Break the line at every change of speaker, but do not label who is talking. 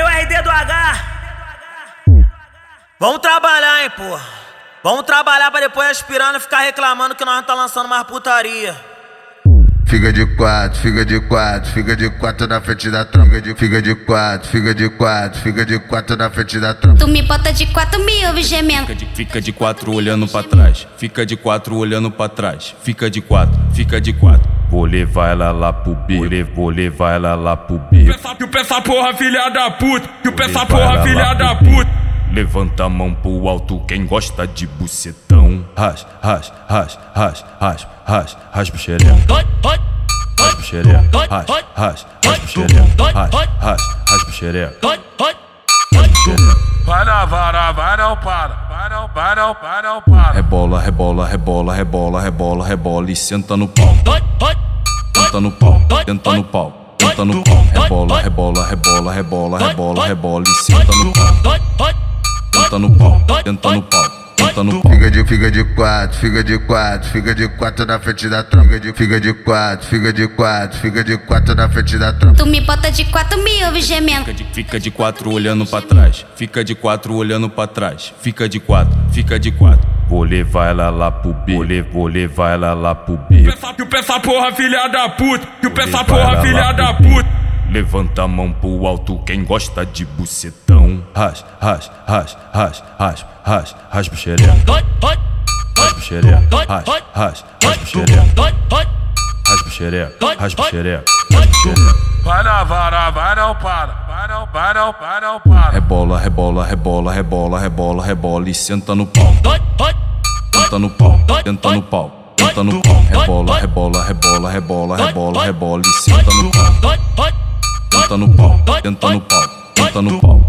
DDH. Vamos trabalhar, hein, porra. Vamos trabalhar pra depois aspirando e ficar reclamando que nós não tá lançando mais putaria.
Fica de quatro, fica de quatro, fica de quatro na frente da tropa. Fica de, fica de quatro, fica de quatro, fica de quatro na frente da tropa.
Tu me bota de quatro mil ouve gemendo.
Fica de, fica de quatro olhando pra trás. Fica de quatro olhando pra trás. Fica de quatro, fica de quatro. Vou levar ela lá pro bico. Vou le- Vou levar ela lá pro bico.
Essa- Chupa essa porra, filha da puta! Chupa
Vou
essa
levar
porra,
ela
filha
lá
da
pro bico.
puta!
Levanta a mão pro alto, quem gosta de bucetão. Ras, ras, ras, ras, ras, ras, raspa o xereco. Raspa o xereco. Ras, ras, raspa o xereco. Ras, ras, raspa o xereco.
Para, para, para, não para! Para, para, para, não para!
Rebola, rebola, rebola, rebola, rebola, rebola e senta no pau. Senta no pau, senta no pau, senta no pau. Rebola, rebola, rebola, rebola, rebola, rebola e senta no pau. Senta no pau, senta no pau, senta no pau.
Fica de, fica de quatro, fica de quatro, fica de quatro na frente da tropa. Fica de, fica de quatro, fica de quatro, fica de quatro na frente da tropa.
Tu me bota de quatro mil ouve gemendo.
Fica de, fica de quatro olhando pra trás. Fica de quatro olhando pra trás. Fica de quatro, fica de quatro. Vou levar ela lá pro bico. Vou le- Vou levar ela lá pro bico.
Essa- Chupa essa porra, filha da puta!
Vou
Chupa essa
levar ela
porra,
lá
filha da
pro bico.
puta!
Levanta a mão pro alto, quem gosta de bucetão. Ras, ras, ras, ras, ras, ras, ras pro xereco. Ras pro xereco. Ras, ras, ras pro xereco. Ras pro xereco. Ras pro xereco. Ras pro xereco.
Para, para, para, não para! Para, para, para, não para!
Rebola, rebola, rebola, rebola, rebola, rebola e senta no pau. Senta no pau, senta no pau, senta no pau. Rebola, rebola, rebola, rebola, rebola, rebola e senta no pau. Senta no pau, senta no pau, senta no pau,